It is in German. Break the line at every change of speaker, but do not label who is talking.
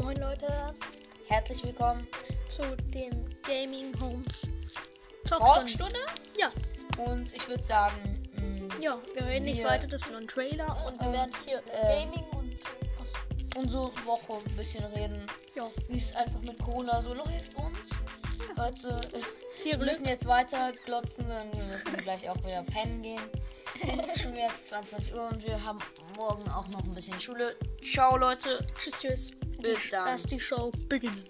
Leute, herzlich willkommen
zu den Gaming Homes
Talkstunde.
Ja,
Und ich würde sagen, mm, mh,
ja, wir reden nicht
Wir-
weiter, das ist nur ein Trailer und wir
Ähm,
werden hier
ähm,
Gaming und was.
unsere Woche ein bisschen reden,
Ja,
wie es einfach mit Corona so läuft und Leute, äh,
viel
wir
Glück.
müssen jetzt weiter glotzen, denn wir müssen gleich auch wieder pennen gehen. Es ist schon wieder 22 Uhr und wir haben morgen auch noch ein bisschen Schule. Ciao Leute,
Tschüss, tschüss.
Bis
Die-
dann.
Lass die Show beginnen.